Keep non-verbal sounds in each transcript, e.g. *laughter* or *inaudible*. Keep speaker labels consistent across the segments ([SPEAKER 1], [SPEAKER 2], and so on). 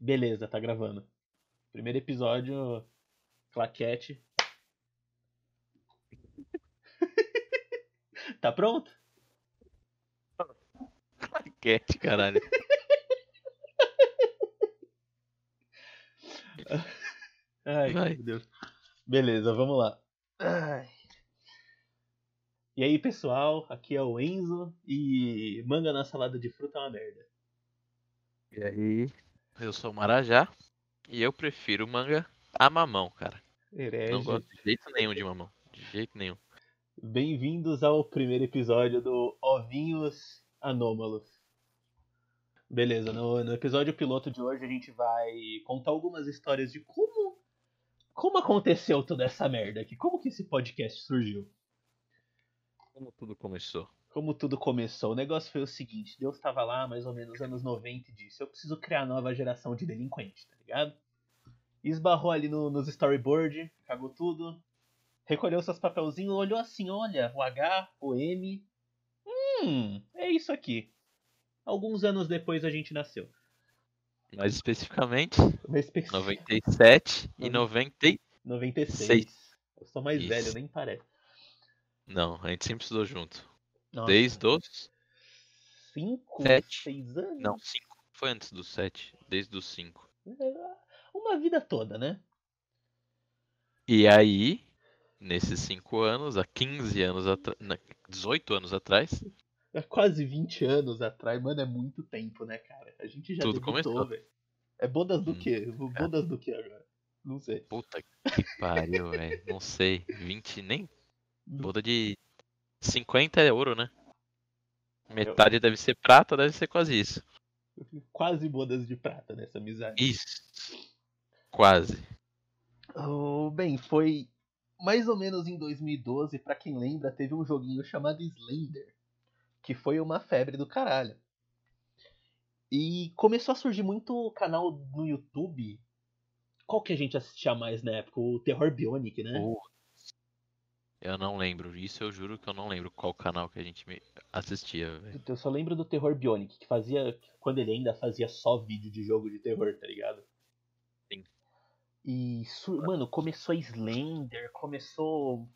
[SPEAKER 1] Beleza, tá gravando. Primeiro episódio, claquete. *laughs* tá pronto?
[SPEAKER 2] Cat, caralho.
[SPEAKER 1] Ai,
[SPEAKER 2] Vai.
[SPEAKER 1] meu Deus. Beleza, vamos lá. Ai. E aí, pessoal, aqui é o Enzo e manga na salada de fruta é uma merda.
[SPEAKER 2] E aí? Eu sou o Marajá e eu prefiro manga a mamão, cara. Não
[SPEAKER 1] Herege.
[SPEAKER 2] gosto de jeito nenhum de mamão. De jeito nenhum.
[SPEAKER 1] Bem-vindos ao primeiro episódio do Ovinhos Anômalos. Beleza, no, no episódio piloto de hoje a gente vai contar algumas histórias de como como aconteceu toda essa merda aqui, como que esse podcast surgiu,
[SPEAKER 2] Como tudo começou.
[SPEAKER 1] como tudo começou. O negócio foi o seguinte, Deus estava lá mais ou menos anos 90 e disse, eu preciso criar nova geração de delinquente, tá ligado? E esbarrou ali no- nos storyboard, cagou tudo, recolheu seus papelzinhos, olhou assim, olha, o H, o M, Hum, é isso aqui. Alguns anos depois a gente nasceu.
[SPEAKER 2] Mais *laughs* especificamente,
[SPEAKER 1] Mas espe-
[SPEAKER 2] 97 e 90.
[SPEAKER 1] 96.
[SPEAKER 2] Seis.
[SPEAKER 1] Eu sou mais
[SPEAKER 2] Isso.
[SPEAKER 1] velho, nem parece.
[SPEAKER 2] Não, a gente sempre estudou junto.
[SPEAKER 1] Nossa,
[SPEAKER 2] Desde os.
[SPEAKER 1] 5,
[SPEAKER 2] sete.
[SPEAKER 1] 6 anos?
[SPEAKER 2] Não, 5. Foi antes dos 7. Desde os 5.
[SPEAKER 1] É, Uma vida toda, né?
[SPEAKER 2] E aí, nesses 5 anos, há 15 anos atrás. 18 anos atrás,
[SPEAKER 1] Há Quase 20 anos atrás, mano, é muito tempo, né, cara? A gente já
[SPEAKER 2] Tudo
[SPEAKER 1] debutou,
[SPEAKER 2] começou.
[SPEAKER 1] velho. É bodas do
[SPEAKER 2] Hum,
[SPEAKER 1] quê? Bodas do quê agora? Não sei.
[SPEAKER 2] Puta que pariu, *laughs* velho. Não sei. 20, nem. Boda de 50 é ouro, né? Metade deve ser prata, deve ser quase isso.
[SPEAKER 1] Quase bodas de prata nessa amizade.
[SPEAKER 2] Isso. Quase.
[SPEAKER 1] Oh, bem, foi mais ou menos em 2012, pra quem lembra, teve um joguinho chamado Slender, que foi uma febre do caralho. E começou a surgir muito canal no YouTube. Qual que a gente assistia mais na época? O Terror Bionic, né?
[SPEAKER 2] Eu não lembro. Isso eu juro que eu não lembro qual canal que a gente me- assistia, velho.
[SPEAKER 1] Puta, Eu só lembro do Terror Bionic, que fazia. Quando ele ainda fazia só vídeo de jogo de terror, tá ligado?
[SPEAKER 2] Sim.
[SPEAKER 1] E, su- mano, começou Slender, começou.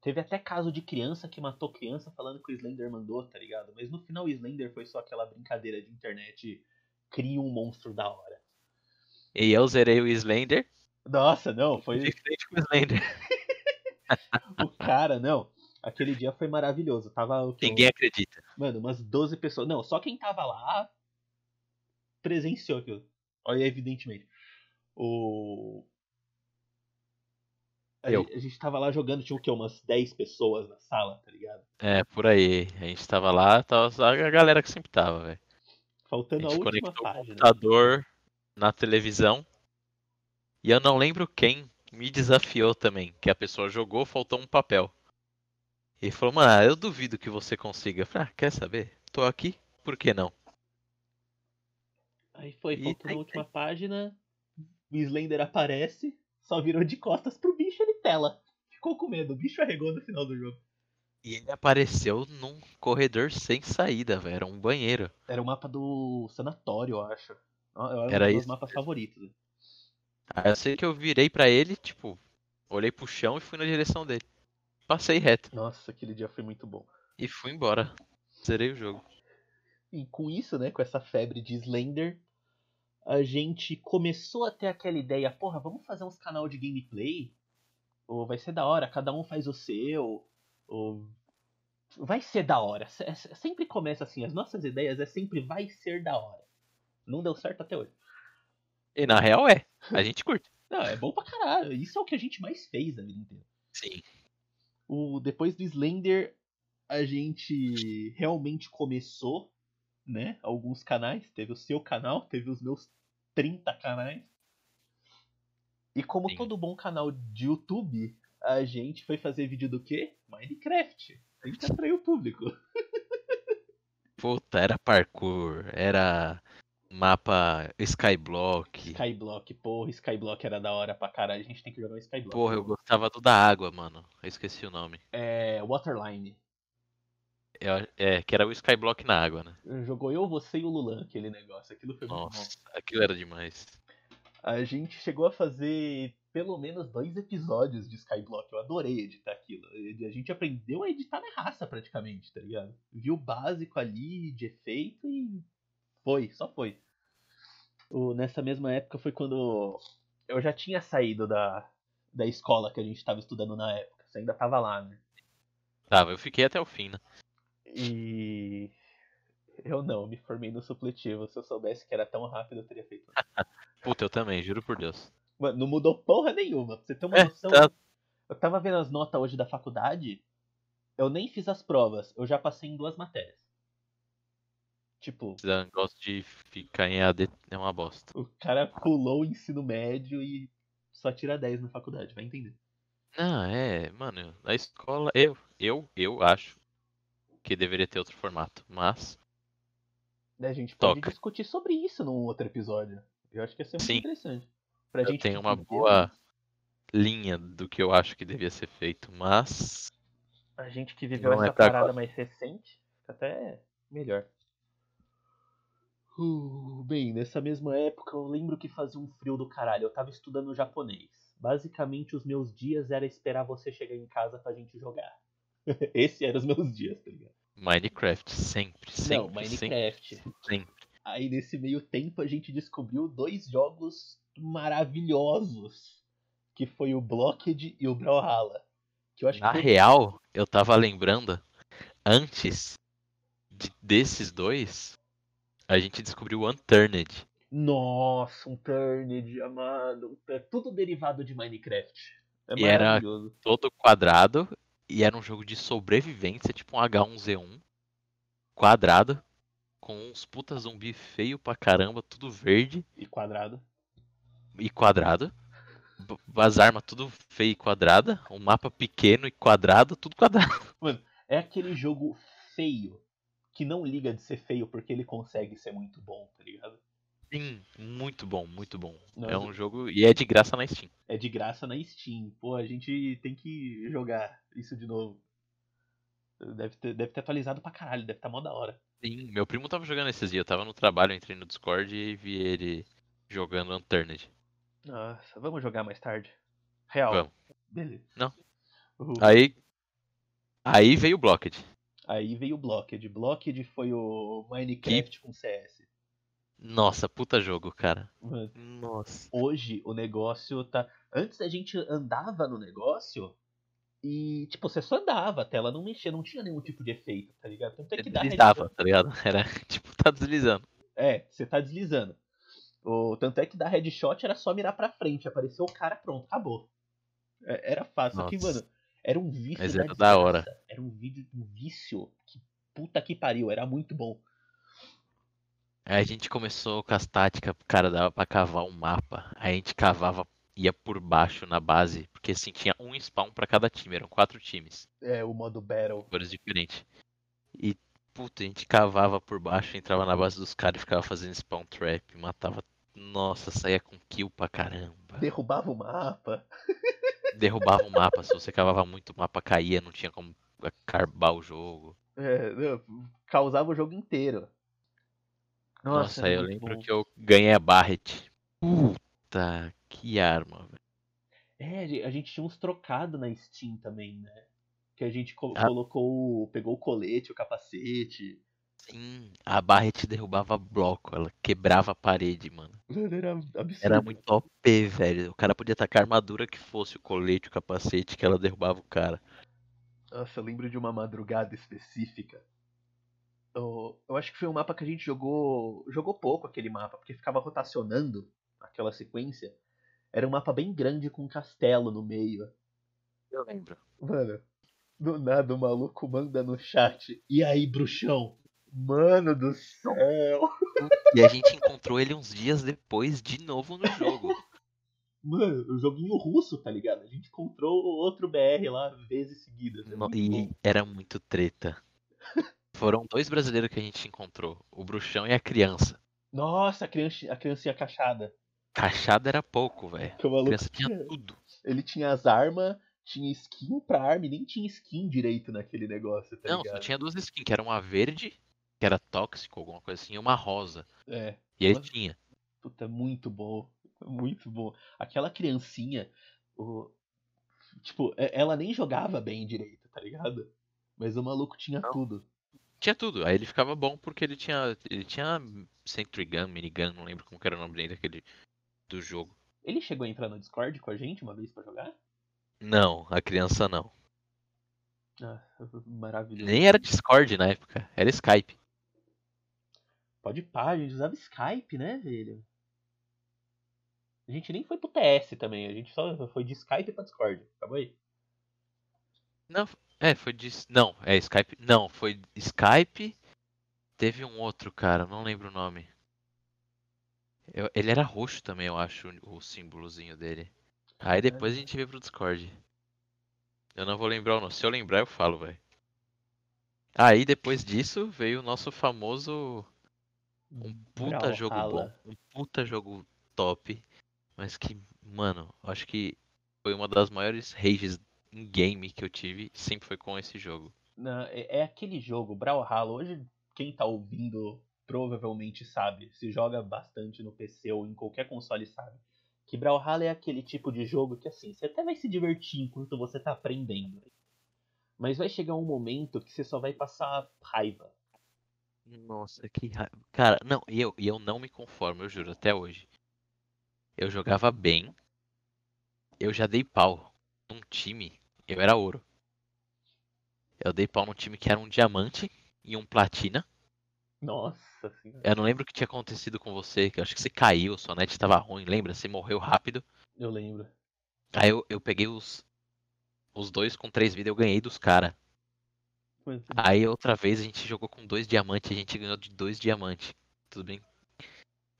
[SPEAKER 1] Teve até caso de criança que matou criança falando que o Slender mandou, tá ligado? Mas no final o Slender foi só aquela brincadeira de internet cria um monstro da hora.
[SPEAKER 2] E eu zerei o Slender.
[SPEAKER 1] Nossa, não, foi.
[SPEAKER 2] De *laughs* frente com o Slender.
[SPEAKER 1] o cara, não. Aquele dia foi maravilhoso. Tava o quê?
[SPEAKER 2] Ninguém acredita.
[SPEAKER 1] Mano, umas 12 pessoas. Não, só quem tava lá presenciou aquilo. Olha, evidentemente. O. A,
[SPEAKER 2] Eu.
[SPEAKER 1] gente- a gente tava lá jogando, tinha o quê? Umas 10 pessoas na sala, tá ligado?
[SPEAKER 2] É, por aí. A gente tava lá, tava só a galera que sempre tava, velho. A
[SPEAKER 1] Faltando a,
[SPEAKER 2] gente
[SPEAKER 1] última
[SPEAKER 2] conectou o
[SPEAKER 1] página.
[SPEAKER 2] computador na televisão. E eu não lembro quem me desafiou também. Que a pessoa jogou, faltou um papel. E falou, mano, ah, eu duvido que você consiga. Eu falei, ah, quer saber? Tô aqui, por que não?
[SPEAKER 1] Aí foi,
[SPEAKER 2] E
[SPEAKER 1] faltando
[SPEAKER 2] tem-
[SPEAKER 1] a última página. O Slender aparece, só virou de costas pro bicho ele tela. Ficou com medo, o bicho arregou no final do jogo.
[SPEAKER 2] E ele apareceu num corredor sem saída, velho. Era um banheiro.
[SPEAKER 1] Era o mapa do sanatório, eu acho. Era,
[SPEAKER 2] Era
[SPEAKER 1] um dos meus
[SPEAKER 2] isso
[SPEAKER 1] mapas favoritos.
[SPEAKER 2] Aí eu sei que eu virei pra ele, tipo, olhei pro chão e fui na direção dele. Passei reto
[SPEAKER 1] Nossa, aquele dia foi muito bom.
[SPEAKER 2] e fui embora. Zerei o jogo.
[SPEAKER 1] E com isso, né, com essa febre de Slender, a gente começou a ter aquela ideia, porra, vamos fazer uns canal de gameplay? Ou vai ser da hora, cada um faz o seu, ou vai ser da hora. Se- é, se- Sempre começa assim, as nossas ideias é sempre vai ser da hora. Não deu certo até hoje.
[SPEAKER 2] E na real é. A gente curte.
[SPEAKER 1] Não, é bom pra caralho. Isso é o que a gente mais fez a vida inteira.
[SPEAKER 2] Sim.
[SPEAKER 1] o depois do Slender a gente realmente começou, né? Alguns canais, teve o seu canal, teve os meus 30 canais. E como
[SPEAKER 2] Sim.
[SPEAKER 1] todo bom canal de YouTube, a gente foi fazer vídeo do quê? Minecraft. Tem que atrair o público.
[SPEAKER 2] Puta, era parkour, era mapa Skyblock.
[SPEAKER 1] Skyblock, porra, Skyblock era da hora pra caralho. A gente tem que jogar um Skyblock.
[SPEAKER 2] Porra, eu gostava do da água, mano. Eu esqueci o nome.
[SPEAKER 1] É, Waterline.
[SPEAKER 2] eu- é, que era o Skyblock na água, né?
[SPEAKER 1] Jogou eu, você e o Lulan aquele negócio. Aquilo foi muito bom.
[SPEAKER 2] Nossa, aquilo era demais.
[SPEAKER 1] A gente chegou a fazer pelo menos dois episódios de Skyblock. Eu adorei editar aquilo. A gente aprendeu a editar na raça, praticamente, tá ligado? Viu o básico ali de efeito e foi, só foi. O- nessa mesma época foi quando eu já tinha saído da, da escola que a gente estava estudando na época. Você ainda tava lá, né?
[SPEAKER 2] Tava, eu fiquei até o fim, né?
[SPEAKER 1] E. Eu não, me formei no supletivo. Se eu soubesse que era tão rápido, eu teria feito.
[SPEAKER 2] Puta, eu também, juro por Deus.
[SPEAKER 1] Mano, não mudou porra nenhuma. Pra você ter uma
[SPEAKER 2] É, *laughs*
[SPEAKER 1] noção.
[SPEAKER 2] tá.
[SPEAKER 1] Eu tava vendo as notas hoje da faculdade. Eu nem fiz as provas. Eu já passei em duas matérias. Tipo,
[SPEAKER 2] Esse negócio de ficar em AD é uma bosta.
[SPEAKER 1] o cara pulou o ensino médio e só tira 10 na faculdade, vai entender.
[SPEAKER 2] Não, é, mano, na escola, eu, eu, eu acho que deveria ter outro formato, mas
[SPEAKER 1] Daí a gente pode
[SPEAKER 2] Toca.
[SPEAKER 1] discutir sobre isso num outro episódio. Eu acho que ia ser muito
[SPEAKER 2] Sim.
[SPEAKER 1] interessante. Pra
[SPEAKER 2] Eu
[SPEAKER 1] gente
[SPEAKER 2] tenho uma
[SPEAKER 1] discutir,
[SPEAKER 2] boa- linha do que eu acho que devia ser feito, mas
[SPEAKER 1] A gente que viveu
[SPEAKER 2] Não é
[SPEAKER 1] essa
[SPEAKER 2] pra
[SPEAKER 1] parada mais recente, fica até melhor. Uh, bem, nessa mesma época eu lembro que fazia um frio do caralho. Eu tava estudando japonês. Basicamente, os meus dias era esperar você chegar em casa pra gente jogar. *laughs* Esse era os meus dias, tá ligado?
[SPEAKER 2] Minecraft sempre, sempre,
[SPEAKER 1] Não, Minecraft.
[SPEAKER 2] sempre, sempre.
[SPEAKER 1] Aí nesse meio tempo a gente descobriu dois jogos maravilhosos, que foi o Blocked e o Brawlhalla. Que eu acho
[SPEAKER 2] Na
[SPEAKER 1] que foi-
[SPEAKER 2] real, eu tava lembrando antes de- desses dois, a gente descobriu o Unturned.
[SPEAKER 1] Nossa, um Turned, amado. É tudo derivado de Minecraft. É
[SPEAKER 2] E era-
[SPEAKER 1] maravilhoso.
[SPEAKER 2] todo quadrado e era um jogo de sobrevivência, tipo um H1Z1 quadrado com uns puta zumbi feio pra caramba, tudo verde
[SPEAKER 1] E quadrado.
[SPEAKER 2] e quadrado. B- As armas tudo feio e quadrada, um mapa pequeno e quadrado, tudo quadrado.
[SPEAKER 1] É aquele jogo feio que não liga de ser feio porque ele consegue ser muito bom, tá ligado?
[SPEAKER 2] Sim, muito bom, muito bom.
[SPEAKER 1] Não,
[SPEAKER 2] é um jogo e é de graça na Steam.
[SPEAKER 1] É de graça na Steam. Pô, a gente tem que jogar isso de novo. Deve ter, deve ter atualizado pra caralho, deve estar tá mó da hora.
[SPEAKER 2] Sim, meu primo tava jogando esses dias, eu tava no trabalho, eu entrei no Discord e vi ele jogando Unturned.
[SPEAKER 1] Nossa, vamos jogar mais tarde. Real.
[SPEAKER 2] Vamos.
[SPEAKER 1] Beleza.
[SPEAKER 2] Não.
[SPEAKER 1] Uhul.
[SPEAKER 2] Aí aí veio o Blocked.
[SPEAKER 1] Aí veio o Blocked. Blocked foi o Minecraft com CS.
[SPEAKER 2] Nossa, puta jogo, cara.
[SPEAKER 1] Mano,
[SPEAKER 2] Nossa.
[SPEAKER 1] hoje o negócio tá. Antes a gente andava no negócio e, tipo, você só andava, a tela não mexia, não tinha nenhum tipo de efeito, tá ligado? Tanto é que dá.
[SPEAKER 2] Deslizava, tá ligado? *laughs* Era tipo, tá deslizando.
[SPEAKER 1] É, você tá deslizando. O... Tanto é que dar headshot era só mirar pra frente, apareceu o cara, pronto, acabou. É, era fácil, só que,
[SPEAKER 2] Nossa.
[SPEAKER 1] mano, era um vício.
[SPEAKER 2] Mas era da
[SPEAKER 1] desgraça.
[SPEAKER 2] hora.
[SPEAKER 1] Era um, vídeo, um vício que puta que pariu, era muito bom.
[SPEAKER 2] Aí a gente começou com as táticas, cara, dava pra cavar um mapa. Aí a gente cavava, ia por baixo na base, porque assim, tinha um spawn pra cada time, eram quatro times,
[SPEAKER 1] É, o modo Battle.
[SPEAKER 2] cores diferentes. E, puta, a gente cavava por baixo, entrava na base dos caras e ficava fazendo spawn trap, matava. Nossa, saía com kill pra caramba.
[SPEAKER 1] Derrubava o mapa.
[SPEAKER 2] Derrubava o mapa, se você cavava muito, o mapa caía, não tinha como acabar o jogo.
[SPEAKER 1] É, não, causava o jogo inteiro.
[SPEAKER 2] Nossa,
[SPEAKER 1] era
[SPEAKER 2] eu
[SPEAKER 1] muito
[SPEAKER 2] lembro
[SPEAKER 1] bom.
[SPEAKER 2] que eu ganhei a Barret. Puta, que arma, velho.
[SPEAKER 1] É, ge- a gente tinha uns trocados na Steam também, né? Que a gente co-
[SPEAKER 2] Ah.
[SPEAKER 1] colocou. o- Pegou o colete, o capacete.
[SPEAKER 2] Sim, a Barret derrubava bloco, ela quebrava a parede, mano.
[SPEAKER 1] Mano, era absurdo.
[SPEAKER 2] Era muito OP, velho. O cara podia tacar a armadura que fosse, o colete, o capacete, que ela derrubava o cara.
[SPEAKER 1] Nossa, eu lembro de uma madrugada específica. Eu, eu acho que foi um mapa que a gente jogou. Jogou pouco aquele mapa, porque ficava rotacionando aquela sequência. Era um mapa bem grande com um castelo no meio.
[SPEAKER 2] Eu lembro.
[SPEAKER 1] Mano, do nada o maluco manda no chat. E aí, bruxão? Mano do céu!
[SPEAKER 2] E a gente encontrou ele uns dias depois, de novo no jogo.
[SPEAKER 1] Mano, o joguinho russo, tá ligado? A gente encontrou o outro BR lá vezes seguidas. É
[SPEAKER 2] No-
[SPEAKER 1] muito
[SPEAKER 2] E
[SPEAKER 1] bom.
[SPEAKER 2] era muito treta. Foram dois brasileiros que a gente encontrou, o bruxão e a criança.
[SPEAKER 1] Nossa, a, criança, a criancinha cachada.
[SPEAKER 2] Cachada era pouco, velho.
[SPEAKER 1] Que é. o
[SPEAKER 2] A
[SPEAKER 1] maluco
[SPEAKER 2] criança tinha
[SPEAKER 1] tinha-
[SPEAKER 2] tudo.
[SPEAKER 1] ele tinha as armas, tinha skin pra arma e nem tinha skin direito naquele negócio, tá
[SPEAKER 2] não,
[SPEAKER 1] ligado?
[SPEAKER 2] só tinha duas skins, que era uma verde, que era tóxico, alguma coisa assim, e uma rosa.
[SPEAKER 1] É,
[SPEAKER 2] E aí
[SPEAKER 1] Mas-
[SPEAKER 2] tinha.
[SPEAKER 1] puta, muito bom. Muito bom. Aquela criancinha, o- tipo, é- ela nem jogava bem direito, tá ligado? Mas o maluco tinha
[SPEAKER 2] Não.
[SPEAKER 1] tudo.
[SPEAKER 2] Tinha tudo. Aí ele ficava bom porque ele tinha. Ele tinha Sentry Gun, Minigun, não lembro como que era o nome dele daquele. do jogo.
[SPEAKER 1] Ele chegou a entrar no Discord com a gente uma vez pra jogar?
[SPEAKER 2] Não, a criança não. *laughs*
[SPEAKER 1] Ah, maravilhoso.
[SPEAKER 2] Nem era Discord na época, era Skype.
[SPEAKER 1] Pode pá, a gente usava Skype, né, velho? A gente nem foi pro TS também, a gente só foi de Skype pra Discord, acabou aí?
[SPEAKER 2] Não, é, foi de. Não, é Skype. Não, foi Skype. Teve um outro cara, não lembro o nome. Eu- ele era roxo também, eu acho, o, o símbolozinho dele. Aí depois a gente veio pro Discord. Eu não vou lembrar o nome. Se eu lembrar, eu falo, velho. Aí depois disso veio o nosso famoso. Um puta
[SPEAKER 1] Brawlhalla.
[SPEAKER 2] jogo bom. Um puta jogo top. Mas que, mano, acho que foi uma das maiores rages em game que eu tive. Sempre foi com esse jogo.
[SPEAKER 1] Não, é, é aquele jogo, Brawlhalla. Hoje, quem tá ouvindo provavelmente sabe, se joga bastante no PC ou em qualquer console sabe, que Brawlhalla é aquele tipo de jogo que, assim, você até vai se divertir enquanto você tá aprendendo. Mas vai chegar um momento que você só vai passar raiva.
[SPEAKER 2] Nossa, que raiva. Cara, não, e eu, e eu não me conformo, eu juro, até hoje. Eu jogava bem. Eu já dei pau num time. Eu era ouro. Eu dei pau num time que era um diamante e um platina.
[SPEAKER 1] Nossa senhora.
[SPEAKER 2] Eu não lembro o que tinha acontecido com você, que eu acho que você caiu, sua net tava ruim, lembra? Você morreu rápido.
[SPEAKER 1] Eu lembro.
[SPEAKER 2] Aí eu, eu peguei os, os dois com três vidas, eu ganhei dos caras.
[SPEAKER 1] Mas-
[SPEAKER 2] Aí outra vez a gente jogou com dois diamantes, a gente ganhou de dois diamantes. Tudo bem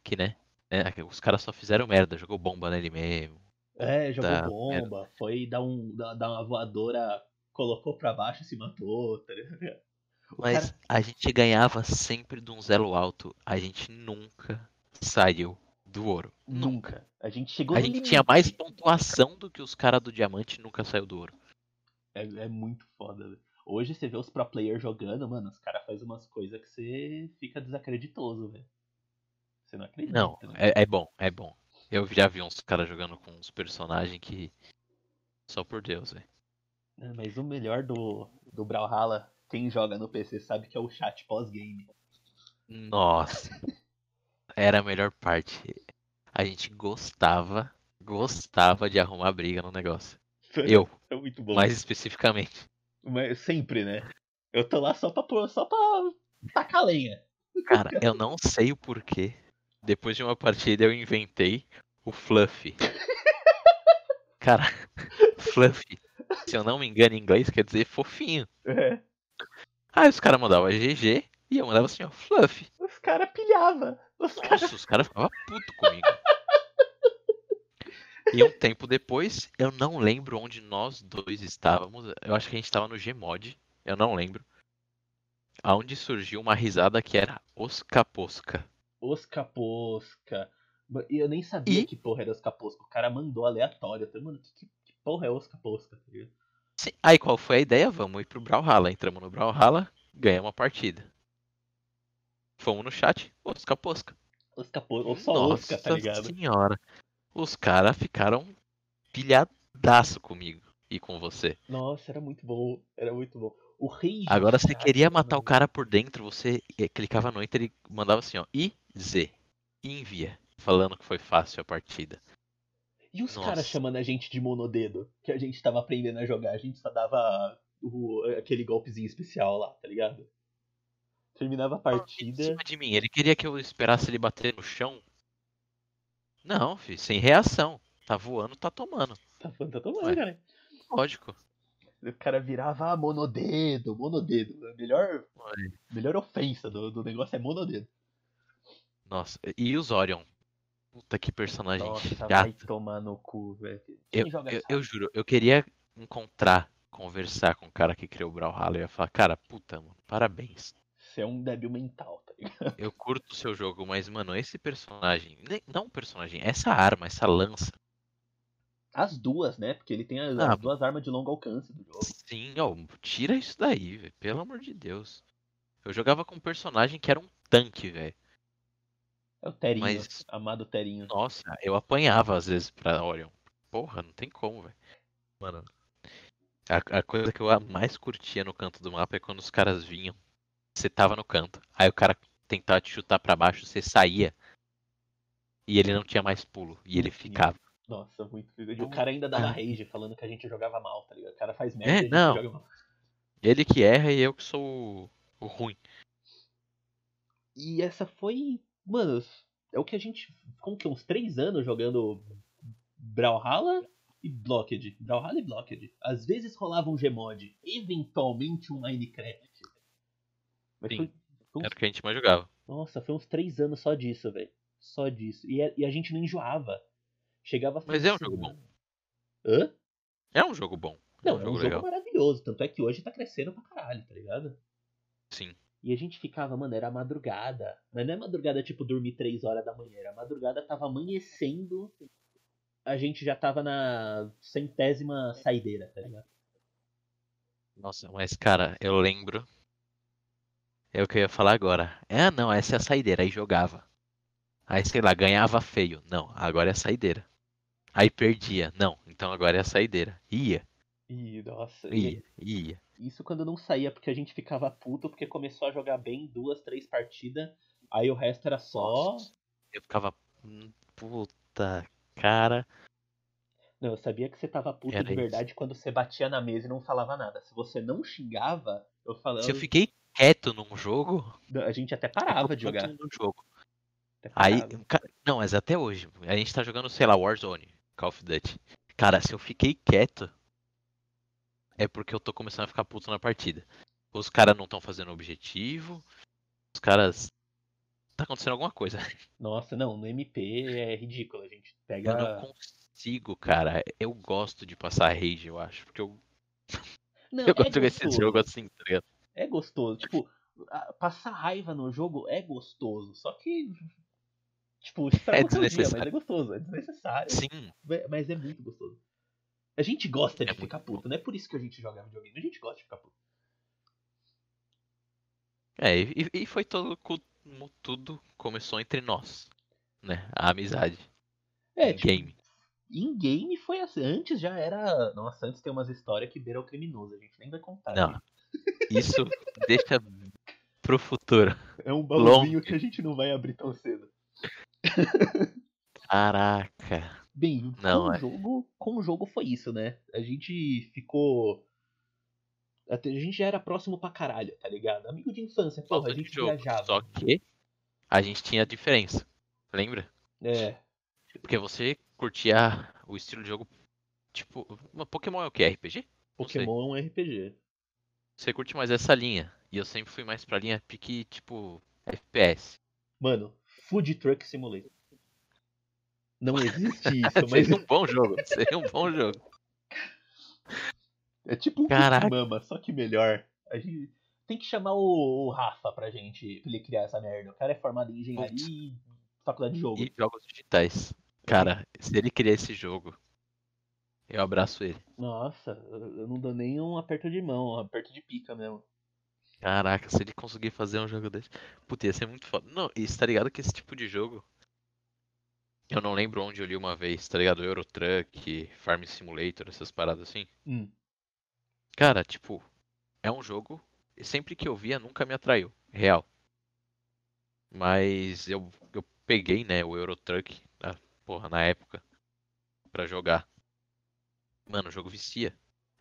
[SPEAKER 2] que, né? né, os caras só fizeram merda, jogou bomba nele mesmo.
[SPEAKER 1] É, jogou
[SPEAKER 2] Tá,
[SPEAKER 1] bomba, foi dar, um, dar, dar uma voadora, colocou pra baixo e se matou. Tá ligado? O
[SPEAKER 2] Mas
[SPEAKER 1] cara-
[SPEAKER 2] a gente ganhava sempre de um zero alto. A gente nunca saiu do ouro.
[SPEAKER 1] nunca. A gente chegou
[SPEAKER 2] A
[SPEAKER 1] no
[SPEAKER 2] gente
[SPEAKER 1] limite.
[SPEAKER 2] tinha mais pontuação do que os caras do diamante e nunca saiu do ouro.
[SPEAKER 1] É, é muito foda, velho. Hoje você vê os pro player jogando, mano, os caras fazem umas coisas que você fica desacreditoso, velho. Você não acredita.
[SPEAKER 2] Não,
[SPEAKER 1] né?
[SPEAKER 2] é, é bom, é bom. Eu já vi uns caras jogando com uns personagens que. Só por Deus, velho.
[SPEAKER 1] É, Mas o melhor do, do Brawlhalla, quem joga no PC sabe que é o chat pós-game.
[SPEAKER 2] Nossa. Era a melhor parte. A gente gostava, gostava de arrumar briga no negócio. Eu,
[SPEAKER 1] É muito bom.
[SPEAKER 2] mais especificamente.
[SPEAKER 1] Mas sempre, né? Eu tô lá só pra, pôr- só pra tacar lenha.
[SPEAKER 2] Cara, eu não sei o porquê. Depois de uma partida eu inventei o Fluff. Cara, *laughs* Fluff, se eu não me engano em inglês, quer dizer fofinho.
[SPEAKER 1] É.
[SPEAKER 2] Aí os caras mandavam GG e eu mandava assim, ó, Fluff.
[SPEAKER 1] Os caras pilhavam. Os caras.
[SPEAKER 2] Nossa, os caras ficavam putos comigo. E um tempo depois, eu não lembro onde nós dois estávamos. Eu acho que a gente estava no Gmod, eu não lembro. Aonde surgiu uma risada que era Osca Posca.
[SPEAKER 1] Os Caposca. Ma- E eu nem sabia
[SPEAKER 2] E?
[SPEAKER 1] que porra era os Caposca. O cara mandou aleatório. Eu falei, mano, que, que porra é os Caposca? tá ligado?
[SPEAKER 2] Sim, Aí qual foi a ideia? Vamos ir pro Brawlhalla. Entramos no Brawlhalla, ganhamos a partida. Fomos no chat, Osca Posca.
[SPEAKER 1] Os Caposca. Ou só
[SPEAKER 2] Nossa
[SPEAKER 1] Osca, tá ligado?
[SPEAKER 2] senhora. Os caras ficaram pilhadaço comigo e com você.
[SPEAKER 1] Nossa, era muito bom. Era muito bom. O rei.
[SPEAKER 2] Agora
[SPEAKER 1] do
[SPEAKER 2] você
[SPEAKER 1] chat,
[SPEAKER 2] queria
[SPEAKER 1] mano.
[SPEAKER 2] matar o cara por dentro, você eh, clicava no enter e mandava assim, ó, I, Z, e envia, falando que foi fácil a partida.
[SPEAKER 1] E os
[SPEAKER 2] Nossa.
[SPEAKER 1] caras chamando a gente de monodedo? Que a gente tava aprendendo a jogar. A gente só dava o- aquele golpezinho especial lá, tá ligado? Terminava a
[SPEAKER 2] Em
[SPEAKER 1] partida.
[SPEAKER 2] cima de mim, ele queria que eu esperasse ele bater no chão. Não, fi, sem reação. Tá voando, tá tomando.
[SPEAKER 1] Tá tá tomando,
[SPEAKER 2] Ué.
[SPEAKER 1] cara.
[SPEAKER 2] Lógico.
[SPEAKER 1] O cara virava ah, monodedo, monodedo. A melhor, melhor ofensa do, do negócio é monodedo.
[SPEAKER 2] Nossa, e os Orion? Puta que personagem chato.
[SPEAKER 1] vai tomar no cu, velho. Quem
[SPEAKER 2] Eu,
[SPEAKER 1] joga
[SPEAKER 2] eu,
[SPEAKER 1] essa?
[SPEAKER 2] eu juro, eu queria encontrar, conversar com o cara que criou o Brawlhalla e ia falar, cara, puta, mano, parabéns.
[SPEAKER 1] Você é um débil mental, tá ligado?
[SPEAKER 2] Eu curto o seu jogo, mas, mano, esse personagem. nem- Não o personagem, essa arma, essa lança.
[SPEAKER 1] As duas, né? Porque ele tem as,
[SPEAKER 2] Ah.
[SPEAKER 1] as duas armas de longo alcance do jogo.
[SPEAKER 2] Sim, ó, tira isso daí, velho. Pelo amor de Deus. Eu jogava com um personagem que era um tanque, velho.
[SPEAKER 1] É o Terinho,
[SPEAKER 2] Mas-
[SPEAKER 1] amado Terinho.
[SPEAKER 2] Nossa, eu apanhava às vezes pra Orion. Porra, não tem como, velho. Mano. A, a coisa que eu a- mais curtia no canto do mapa é quando os caras vinham. Você tava no canto. Aí o cara tentava te chutar pra baixo, você saía. E ele não tinha mais pulo. E ele ficava.
[SPEAKER 1] Nossa, muito. E o cara ainda dava
[SPEAKER 2] Ah.
[SPEAKER 1] rage falando que a gente jogava mal, tá ligado? O cara faz merda e a gente
[SPEAKER 2] É, não.
[SPEAKER 1] joga mal.
[SPEAKER 2] Ele que erra e eu que sou o, o ruim.
[SPEAKER 1] E essa foi. Mano, é o que a gente. Como que? Uns três anos jogando Brawlhalla e Blocked. Brawlhalla e Blocked. Às vezes rolava um Gmod, eventualmente um Minecraft. Mas
[SPEAKER 2] Sim.
[SPEAKER 1] foi, foi uns-
[SPEAKER 2] Era o que a gente mais jogava.
[SPEAKER 1] Nossa, foi uns três anos só disso, velho. Só disso. E a, e a gente não enjoava. Chegava a assim,
[SPEAKER 2] Mas é um jogo
[SPEAKER 1] semana.
[SPEAKER 2] bom.
[SPEAKER 1] Hã?
[SPEAKER 2] É um jogo bom.
[SPEAKER 1] Não, é um jogo
[SPEAKER 2] legal.
[SPEAKER 1] maravilhoso. Tanto é que hoje tá crescendo pra caralho, tá ligado?
[SPEAKER 2] Sim.
[SPEAKER 1] E a gente ficava, mano, era madrugada. Mas não é madrugada tipo dormir três horas da manhã. Era madrugada, tava amanhecendo. A gente já tava na centésima saideira, tá ligado?
[SPEAKER 2] Nossa, mas cara, eu lembro. É o que eu ia falar agora. É, não, essa é a saideira. Aí jogava. Aí, sei lá, ganhava feio. Não, agora é a saideira. Aí perdia. Não, então agora é a saideira. Ia,
[SPEAKER 1] Ih, nossa. e-
[SPEAKER 2] ia, ia.
[SPEAKER 1] Isso quando não saía, porque a gente ficava puto, porque começou a jogar bem duas, três partidas. Aí o resto era só.
[SPEAKER 2] Nossa, Eu ficava. hum, Puta, cara.
[SPEAKER 1] Não, eu sabia que você tava puto
[SPEAKER 2] Era
[SPEAKER 1] de verdade quando você batia na mesa e não falava nada. Se você não xingava, eu falava.
[SPEAKER 2] Se eu fiquei quieto num jogo.
[SPEAKER 1] A gente até
[SPEAKER 2] eu
[SPEAKER 1] Então parava
[SPEAKER 2] fico
[SPEAKER 1] de
[SPEAKER 2] quieto
[SPEAKER 1] jogar.
[SPEAKER 2] num jogo.
[SPEAKER 1] Até
[SPEAKER 2] Aí,
[SPEAKER 1] parava.
[SPEAKER 2] cara, não, mas até hoje. A gente tá jogando, sei lá, Warzone, Call of Duty. Cara, se eu fiquei quieto, é porque eu tô começando a ficar puto na partida. Os caras não estão fazendo objetivo. Os caras. Tá acontecendo alguma coisa. *laughs*
[SPEAKER 1] Nossa, não, no MP é ridículo, a gente
[SPEAKER 2] Eu não
[SPEAKER 1] pega.
[SPEAKER 2] consigo, cara. Eu gosto de passar rage, eu acho. Porque eu,
[SPEAKER 1] Não,
[SPEAKER 2] *laughs*
[SPEAKER 1] é
[SPEAKER 2] eu gosto desse
[SPEAKER 1] gostoso,
[SPEAKER 2] jogo assim, tá ligado?
[SPEAKER 1] É gostoso. Tipo, a- passar raiva no jogo é gostoso. Só que. Tipo, estraga o seu dia, mas é
[SPEAKER 2] desnecessário.
[SPEAKER 1] gostoso. É desnecessário.
[SPEAKER 2] Sim,
[SPEAKER 1] Mas- Mas é muito gostoso. A gente gosta de
[SPEAKER 2] É muito
[SPEAKER 1] ficar puto, não é por isso que a gente joga videogame, a gente gosta de ficar puto.
[SPEAKER 2] é, e, e foi todo. co- Tudo começou entre nós. Né? A amizade.
[SPEAKER 1] É,
[SPEAKER 2] o
[SPEAKER 1] tipo,
[SPEAKER 2] game.
[SPEAKER 1] em game foi assim. Antes já era. Nossa, antes tem umas histórias que beira o criminoso, a gente nem vai contar.
[SPEAKER 2] Não.
[SPEAKER 1] aqui.
[SPEAKER 2] Isso deixa pro futuro.
[SPEAKER 1] É um baúzinho
[SPEAKER 2] baúzinho
[SPEAKER 1] que a gente não vai abrir tão cedo.
[SPEAKER 2] Caraca.
[SPEAKER 1] Bem,
[SPEAKER 2] Não,
[SPEAKER 1] com, o
[SPEAKER 2] é.
[SPEAKER 1] jogo, com o jogo foi isso, né? A gente ficou. até- A gente já era próximo pra caralho, tá ligado? Amigo de infância, porra,
[SPEAKER 2] Falta
[SPEAKER 1] a
[SPEAKER 2] de
[SPEAKER 1] gente
[SPEAKER 2] jogo.
[SPEAKER 1] viajava.
[SPEAKER 2] Só que a gente tinha diferença. Lembra?
[SPEAKER 1] É,
[SPEAKER 2] Porque você curtia o estilo de jogo. Tipo, uma- Pokémon é o que? RPG? Não sei.
[SPEAKER 1] Pokémon é um RPG.
[SPEAKER 2] Você curte mais essa linha. E eu sempre fui mais pra linha pique, tipo, FPS.
[SPEAKER 1] Mano, Food Truck Simulator. Não existe
[SPEAKER 2] *laughs*
[SPEAKER 1] isso, mas
[SPEAKER 2] Seria um bom jogo. Seria um bom jogo.
[SPEAKER 1] é tipo um
[SPEAKER 2] Caraca.
[SPEAKER 1] mama, só que melhor. A gente tem que chamar o, o Rafa pra gente, pra ele criar essa merda. O cara é formado em engenharia
[SPEAKER 2] Putz.
[SPEAKER 1] e faculdade de jogo.
[SPEAKER 2] E jogos digitais. Cara, se ele criar esse jogo, eu abraço ele.
[SPEAKER 1] Nossa, eu eu não dou nem um aperto de mão, um aperto de pica mesmo.
[SPEAKER 2] Caraca, se ele conseguir fazer um jogo desse. Puta, ia ser muito foda. Não, isso tá ligado que esse tipo de jogo. Eu não lembro onde eu li uma vez, tá ligado? Euro Truck, Farm Simulator, essas paradas assim.
[SPEAKER 1] Hum.
[SPEAKER 2] Cara, tipo, é um jogo. e Sempre que eu via, nunca me atraiu. Real. Mas eu, eu peguei, né, o Euro Truck, na, porra, na época, pra jogar. Mano, o jogo vicia.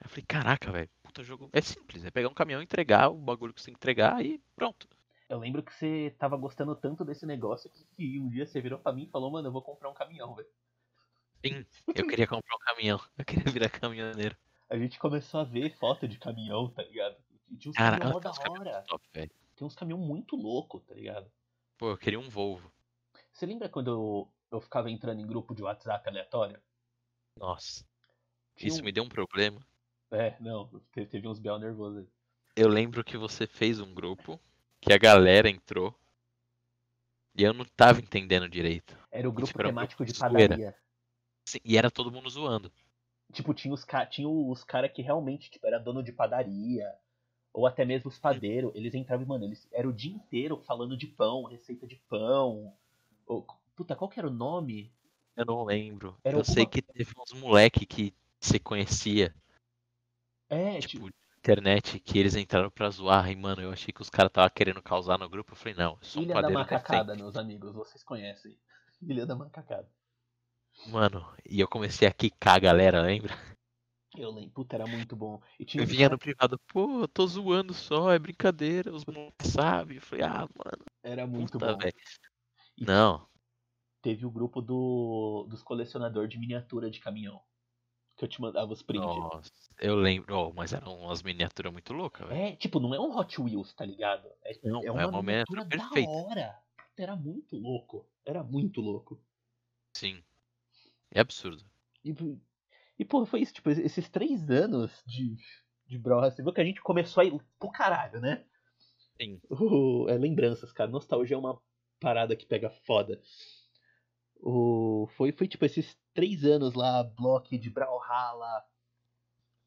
[SPEAKER 2] Eu falei, caraca, velho, puta jogo. É simples, é pegar um caminhão, entregar o bagulho que você tem que entregar e pronto.
[SPEAKER 1] Eu lembro que você tava gostando tanto desse negócio que, que um dia você virou pra mim e falou, mano, eu vou comprar um caminhão, velho.
[SPEAKER 2] Eu queria comprar um caminhão, *laughs* eu queria virar caminhoneiro.
[SPEAKER 1] A gente começou a ver foto de caminhão, tá ligado? E tinha uns
[SPEAKER 2] Caraca,
[SPEAKER 1] caminhão mó da
[SPEAKER 2] os caminhões
[SPEAKER 1] hora.
[SPEAKER 2] top, velho.
[SPEAKER 1] Tem uns caminhão muito louco, tá ligado?
[SPEAKER 2] Pô, eu queria um Volvo.
[SPEAKER 1] Você lembra quando eu, eu ficava entrando em grupo de WhatsApp aleatório?
[SPEAKER 2] Nossa,
[SPEAKER 1] Tinha
[SPEAKER 2] isso
[SPEAKER 1] um-
[SPEAKER 2] me deu um problema.
[SPEAKER 1] É, não, te- teve uns bel nervosos aí.
[SPEAKER 2] Eu lembro que você fez um grupo, que a galera entrou, e eu não tava entendendo direito.
[SPEAKER 1] Era o grupo
[SPEAKER 2] Tipo, era um
[SPEAKER 1] temático
[SPEAKER 2] grupo
[SPEAKER 1] de
[SPEAKER 2] de zoeira.
[SPEAKER 1] padaria.
[SPEAKER 2] Sim, E era todo mundo zoando.
[SPEAKER 1] Tipo, tinha os, ca- tinha os cara que realmente, tipo, era dono de padaria, ou até mesmo os padeiros, eles entravam, e, mano, eles era o dia inteiro falando de pão, receita de pão. ou- puta, qual que era o nome?
[SPEAKER 2] Eu não lembro.
[SPEAKER 1] Era
[SPEAKER 2] eu sei
[SPEAKER 1] alguma-
[SPEAKER 2] que teve uns moleque que se conhecia,
[SPEAKER 1] É, tipo,
[SPEAKER 2] tipo, de internet, que eles entraram pra zoar. E, mano, eu achei que os caras tava querendo causar no grupo. Eu falei, não, eu sou um
[SPEAKER 1] Ilha da
[SPEAKER 2] padeiro
[SPEAKER 1] Macacada,
[SPEAKER 2] decente.
[SPEAKER 1] meus amigos, vocês conhecem. *laughs* Ilha da Macacada.
[SPEAKER 2] Mano, e eu comecei a quicar a galera, lembra?
[SPEAKER 1] Eu lembro, puta, era muito bom. E tinha um
[SPEAKER 2] Eu
[SPEAKER 1] uns
[SPEAKER 2] *laughs* vinha no privado, pô, eu tô zoando só, é brincadeira, os moleques sabem. Eu falei, ah, mano,
[SPEAKER 1] Era muito
[SPEAKER 2] puta,
[SPEAKER 1] bom.
[SPEAKER 2] velho.
[SPEAKER 1] E-
[SPEAKER 2] Não,
[SPEAKER 1] Teve o grupo do, dos colecionadores de miniatura de caminhão. Que eu te mandava os prints.
[SPEAKER 2] nossa, eu lembro, ó, mas eram umas miniaturas muito loucas, velho. um
[SPEAKER 1] É, tipo, não é um Hot Wheels, tá ligado? É,
[SPEAKER 2] Não,
[SPEAKER 1] é uma, miniatura
[SPEAKER 2] perfeita.
[SPEAKER 1] da hora. Puta, Era muito louco. Era muito louco.
[SPEAKER 2] Sim. É absurdo.
[SPEAKER 1] E, e pô, foi isso. Tipo, esses três anos de, de Brawl, você viu que a gente começou aí pro caralho, né?
[SPEAKER 2] Sim.
[SPEAKER 1] Uh, é lembranças, cara. Nostalgia é uma parada que pega foda. O, foi, foi tipo esses três anos lá, bloco de Brawlhalla.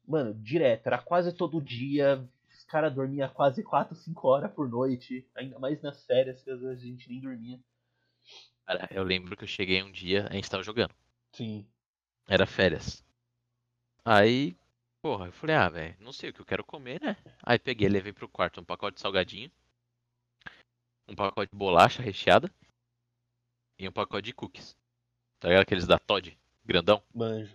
[SPEAKER 1] Mano, direto, era quase todo dia. Os caras dormiam quase 4, 5 horas por noite. Ainda mais nas férias, que às vezes a gente nem dormia.
[SPEAKER 2] Cara, eu lembro que eu cheguei um dia, a gente tava jogando.
[SPEAKER 1] Sim.
[SPEAKER 2] Era férias. Aí, porra, eu falei, ah, velho, não sei o que eu quero comer, né? Aí peguei, levei pro quarto um pacote de salgadinho, um pacote de bolacha recheada e um pacote de cookies. Tá ligado? Aqueles da Todd, grandão.
[SPEAKER 1] Manjo.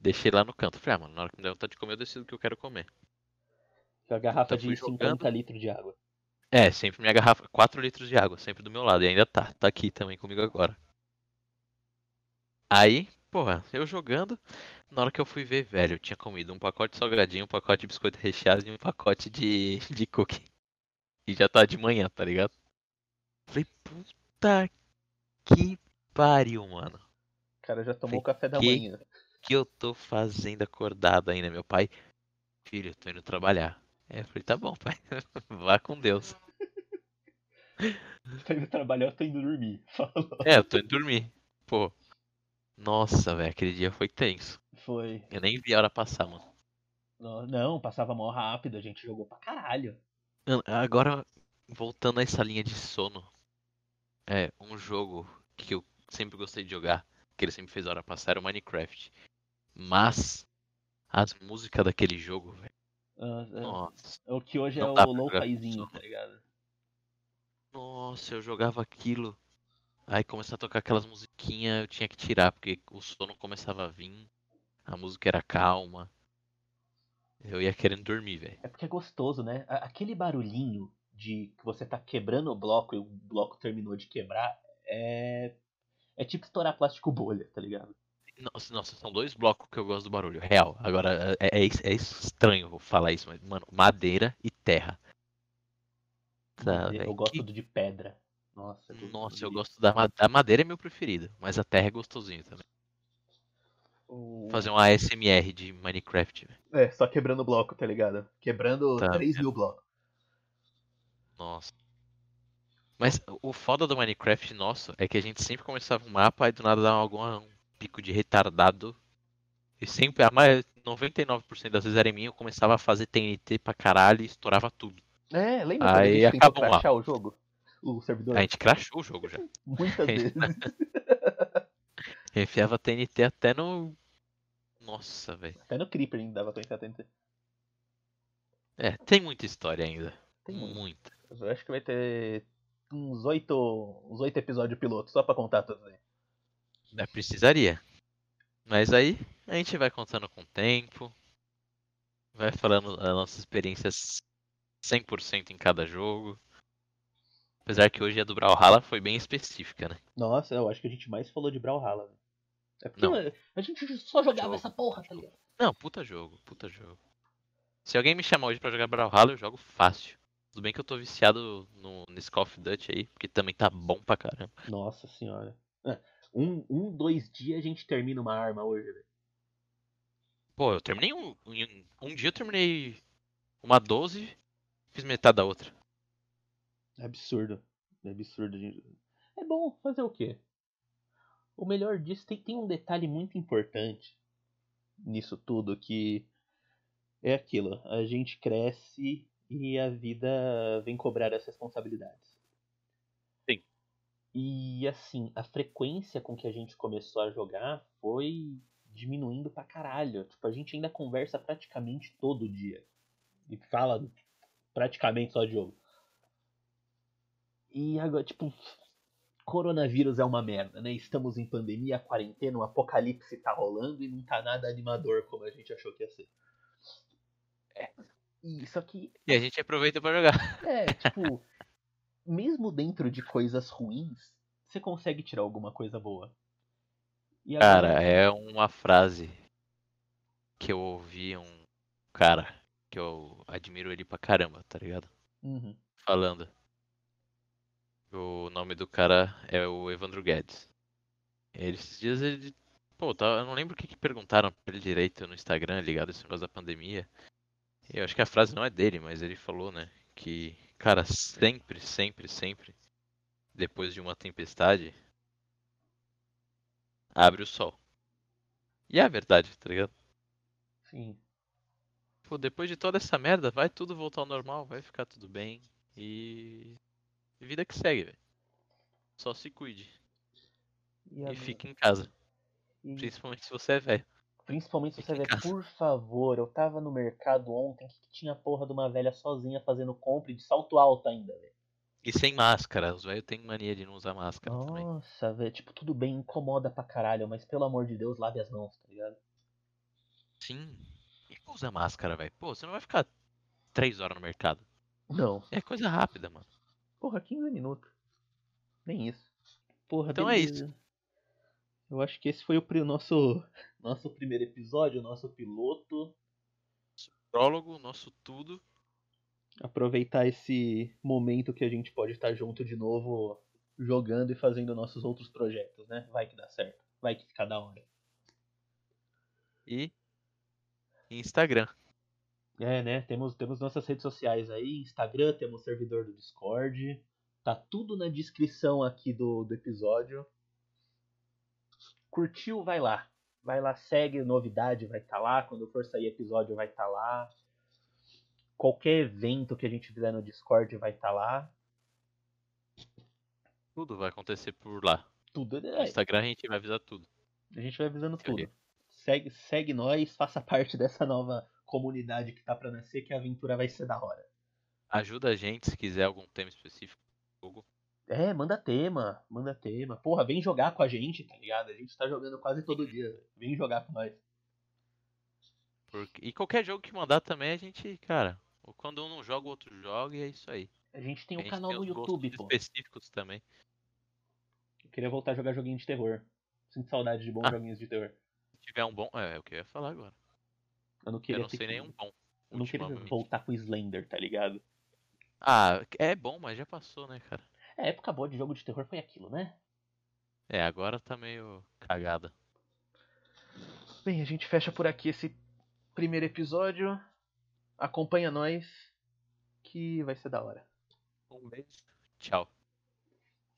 [SPEAKER 2] Deixei lá no canto. Falei, ah, mano, na hora que me der vontade de comer, eu decido o que eu quero comer.
[SPEAKER 1] Com a garrafa
[SPEAKER 2] Então, fui
[SPEAKER 1] de 50 litros de água.
[SPEAKER 2] É, sempre minha garrafa, 4 litros de água, sempre do meu lado, e ainda tá, tá aqui também comigo agora. Aí, porra, eu jogando, na hora que eu fui ver, velho, eu tinha comido um pacote de salgadinho, um pacote de biscoito recheado e um pacote de, *laughs* de cookie. E já tá de manhã, tá ligado? Falei, puta que pariu, mano.
[SPEAKER 1] O cara já tomou
[SPEAKER 2] Falei,
[SPEAKER 1] o café da
[SPEAKER 2] "Que
[SPEAKER 1] manhã. *laughs*
[SPEAKER 2] O que eu tô fazendo acordado ainda? Meu pai, filho, eu tô indo trabalhar. É, eu falei, tá bom, pai, *laughs* vá com Deus.
[SPEAKER 1] Tô Tá indo trabalhar, eu tô indo dormir. *laughs* Falou.
[SPEAKER 2] É, eu tô indo dormir. Pô. Nossa, velho, aquele dia foi tenso.
[SPEAKER 1] Foi.
[SPEAKER 2] Eu nem vi a hora passar, mano.
[SPEAKER 1] Não, não, passava mal rápido, a gente jogou pra caralho.
[SPEAKER 2] Mano, Agora, voltando a essa linha de sono. É, um jogo que eu sempre gostei de jogar, que ele sempre fez a hora passar, era o Minecraft. Mas, as músicas daquele jogo, velho.
[SPEAKER 1] Ah, é.
[SPEAKER 2] Nossa,
[SPEAKER 1] É O que hoje
[SPEAKER 2] Não
[SPEAKER 1] é
[SPEAKER 2] dá
[SPEAKER 1] o
[SPEAKER 2] pra
[SPEAKER 1] low
[SPEAKER 2] jogar com
[SPEAKER 1] paizinho,
[SPEAKER 2] sono.
[SPEAKER 1] tá ligado?
[SPEAKER 2] nossa, eu jogava aquilo. Aí começava a tocar aquelas musiquinhas, eu tinha que tirar, porque o sono começava a vir. A música era calma. Eu ia querendo dormir, velho.
[SPEAKER 1] É porque é gostoso, né? A- Aquele barulhinho de que você tá quebrando o bloco e o bloco terminou de quebrar é. É tipo estourar plástico bolha, tá ligado?
[SPEAKER 2] Nossa, nossa, são dois blocos que eu gosto do barulho, real. Agora, é, é, es- é estranho eu falar isso, mas, mano, madeira e terra. Tá,
[SPEAKER 1] eu
[SPEAKER 2] velho,
[SPEAKER 1] gosto
[SPEAKER 2] que-
[SPEAKER 1] do de pedra. Nossa,
[SPEAKER 2] Nossa,
[SPEAKER 1] do
[SPEAKER 2] eu
[SPEAKER 1] de-
[SPEAKER 2] gosto da madeira. A madeira é meu preferido, mas a terra é gostosinho também.
[SPEAKER 1] o-
[SPEAKER 2] Vou fazer um ASMR de Minecraft, velho.
[SPEAKER 1] É, só quebrando o bloco, tá ligado? Quebrando
[SPEAKER 2] Tá.
[SPEAKER 1] 3 mil blocos.
[SPEAKER 2] Nossa. Mas o foda do Minecraft nosso é que a gente sempre começava um mapa e do nada dava alguma, um pico de retardado. E sempre, a mais 99% das vezes era em mim, eu começava a fazer TNT pra caralho e estourava tudo.
[SPEAKER 1] É, lembra quando a
[SPEAKER 2] Aí
[SPEAKER 1] gente tentou
[SPEAKER 2] acabou um lá.
[SPEAKER 1] crachar o jogo? O servidor?
[SPEAKER 2] A gente crashou o jogo já. *laughs*
[SPEAKER 1] Muitas vezes.
[SPEAKER 2] Eu enfiava TNT até no. Nossa, velho.
[SPEAKER 1] Até no Creeper ainda dava pra entrar dentro.
[SPEAKER 2] É, tem muita história ainda.
[SPEAKER 1] Tem muito.
[SPEAKER 2] Muita.
[SPEAKER 1] Eu acho que vai ter uns oito, uns oito episódios piloto, só pra contar tudo aí.
[SPEAKER 2] Ainda precisaria. Mas aí, a gente vai contando com o tempo. Vai falando a nossa experiência 100% em cada jogo. Apesar que hoje a do Brawlhalla foi bem específica, né?
[SPEAKER 1] Nossa, eu acho que a gente mais falou de Brawlhalla. velho. É porque
[SPEAKER 2] Não.
[SPEAKER 1] mano, a gente só jogava
[SPEAKER 2] Jogo.
[SPEAKER 1] essa porra, tá ligado?
[SPEAKER 2] Não, puta jogo, puta jogo. Se alguém me chamar hoje pra jogar Brawlhalla, eu jogo fácil. Tudo bem que eu tô viciado no, nesse Call of Duty aí, porque também tá bom pra caramba.
[SPEAKER 1] Nossa senhora. É, Um, um, dois dias a gente termina uma arma hoje, velho.
[SPEAKER 2] Pô, eu terminei um, um, um dia eu terminei uma 12, fiz metade da outra.
[SPEAKER 1] É absurdo. É absurdo. gente. É bom fazer o quê? O melhor disso tem, tem um detalhe muito importante nisso tudo que é aquilo. A gente cresce e a vida vem cobrar as responsabilidades.
[SPEAKER 2] Sim.
[SPEAKER 1] E assim, a frequência com que a gente começou a jogar foi diminuindo pra caralho. Tipo, a gente ainda conversa praticamente todo dia. E fala praticamente só de jogo. E agora, tipo, coronavírus é uma merda, né? Estamos em pandemia, quarentena, o apocalipse tá rolando e não tá nada animador como a gente achou que ia ser. É. E, só que,
[SPEAKER 2] E a gente aproveita pra jogar.
[SPEAKER 1] é, tipo, mesmo dentro de coisas ruins, você consegue tirar alguma coisa boa. E agora-
[SPEAKER 2] *laughs* Cara, é uma frase que eu ouvi um cara que eu admiro ele pra caramba, tá ligado?
[SPEAKER 1] Uhum.
[SPEAKER 2] Falando. O nome do cara é o Evandro Guedes. Ele esses dias ele. Pô, tá- eu não lembro o que, que perguntaram pra ele direito no Instagram, ligado? Esse negócio da pandemia. Eu acho que a frase não é dele, mas ele falou, né? Que, cara, sempre, sempre, sempre, depois de uma tempestade, abre o sol. E é a verdade, tá ligado?
[SPEAKER 1] Sim.
[SPEAKER 2] Pô, depois de toda essa merda, vai tudo voltar ao normal, vai ficar tudo bem. E. Vida que segue, velho. Só se cuide.
[SPEAKER 1] E,
[SPEAKER 2] E
[SPEAKER 1] agora-
[SPEAKER 2] fique em casa.
[SPEAKER 1] e
[SPEAKER 2] Principalmente se você é velho.
[SPEAKER 1] principalmente se você
[SPEAKER 2] fica em
[SPEAKER 1] vê,
[SPEAKER 2] casa.
[SPEAKER 1] por favor, eu tava no mercado ontem que tinha a porra de uma velha sozinha fazendo compra e de salto alto ainda, velho.
[SPEAKER 2] E sem máscara. Os velhos têm mania de não usar máscara também.
[SPEAKER 1] Nossa, velho, tipo, tudo bem, incomoda pra caralho, mas pelo amor de Deus, lave as mãos, tá ligado?
[SPEAKER 2] Sim. E usa máscara, velho. Pô, você não vai ficar três horas no mercado.
[SPEAKER 1] Não.
[SPEAKER 2] É coisa rápida, mano.
[SPEAKER 1] Porra, 15 minutos. Nem isso. Porra,
[SPEAKER 2] Então é
[SPEAKER 1] beleza. Eu acho que esse foi o pri- nosso, nosso primeiro episódio, nosso piloto.
[SPEAKER 2] Prólogo, nosso tudo.
[SPEAKER 1] Aproveitar esse momento que a gente pode estar junto de novo, jogando e fazendo nossos outros projetos, né? Vai que dá certo. Vai que fica da hora.
[SPEAKER 2] E. Instagram.
[SPEAKER 1] É, né? Temos, temos nossas redes sociais aí, Instagram, temos servidor do Discord. Tá tudo na descrição aqui do, do episódio. Curtiu? Vai lá. Vai lá, segue novidade, vai estar lá. Quando for sair episódio, vai estar lá. Qualquer evento que a gente fizer no Discord vai estar lá.
[SPEAKER 2] Tudo vai acontecer por lá.
[SPEAKER 1] Tudo.
[SPEAKER 2] No
[SPEAKER 1] é,
[SPEAKER 2] Instagram a gente vai avisar tudo.
[SPEAKER 1] a gente vai avisando tudo.
[SPEAKER 2] Teoria.
[SPEAKER 1] Segue, segue nós, faça *laughs* parte dessa nova comunidade que tá pra nascer, que a aventura vai ser da hora.
[SPEAKER 2] Ajuda a gente se quiser algum tema específico. Google.
[SPEAKER 1] É, manda tema, manda tema. Porra, vem jogar com a gente, tá ligado? A gente tá jogando quase todo dia. velho. Vem jogar com nós.
[SPEAKER 2] Porque- E qualquer jogo que mandar também, a gente, cara, ou quando um não joga, o outro joga e é isso aí.
[SPEAKER 1] A gente tem
[SPEAKER 2] A
[SPEAKER 1] um
[SPEAKER 2] gente
[SPEAKER 1] canal
[SPEAKER 2] tem
[SPEAKER 1] no
[SPEAKER 2] os gostos
[SPEAKER 1] YouTube, pô.
[SPEAKER 2] específicos também.
[SPEAKER 1] Eu queria voltar a jogar joguinho de terror. Sinto saudade de bons
[SPEAKER 2] Ah.
[SPEAKER 1] joguinhos de terror.
[SPEAKER 2] Se tiver um bom. É, é o que eu ia falar agora.
[SPEAKER 1] Eu não
[SPEAKER 2] Eu
[SPEAKER 1] queria
[SPEAKER 2] não
[SPEAKER 1] ter
[SPEAKER 2] sei
[SPEAKER 1] que-
[SPEAKER 2] nenhum bom.
[SPEAKER 1] Eu não queria
[SPEAKER 2] ultimamente.
[SPEAKER 1] voltar com Slender, tá ligado?
[SPEAKER 2] Ah, é bom, mas já passou, né, cara?
[SPEAKER 1] A época boa de jogo de terror foi aquilo, né?
[SPEAKER 2] É, agora tá meio cagada.
[SPEAKER 1] Bem, a gente fecha por aqui esse primeiro episódio. Acompanha nós, que vai ser da hora.
[SPEAKER 2] Um beijo. Tchau.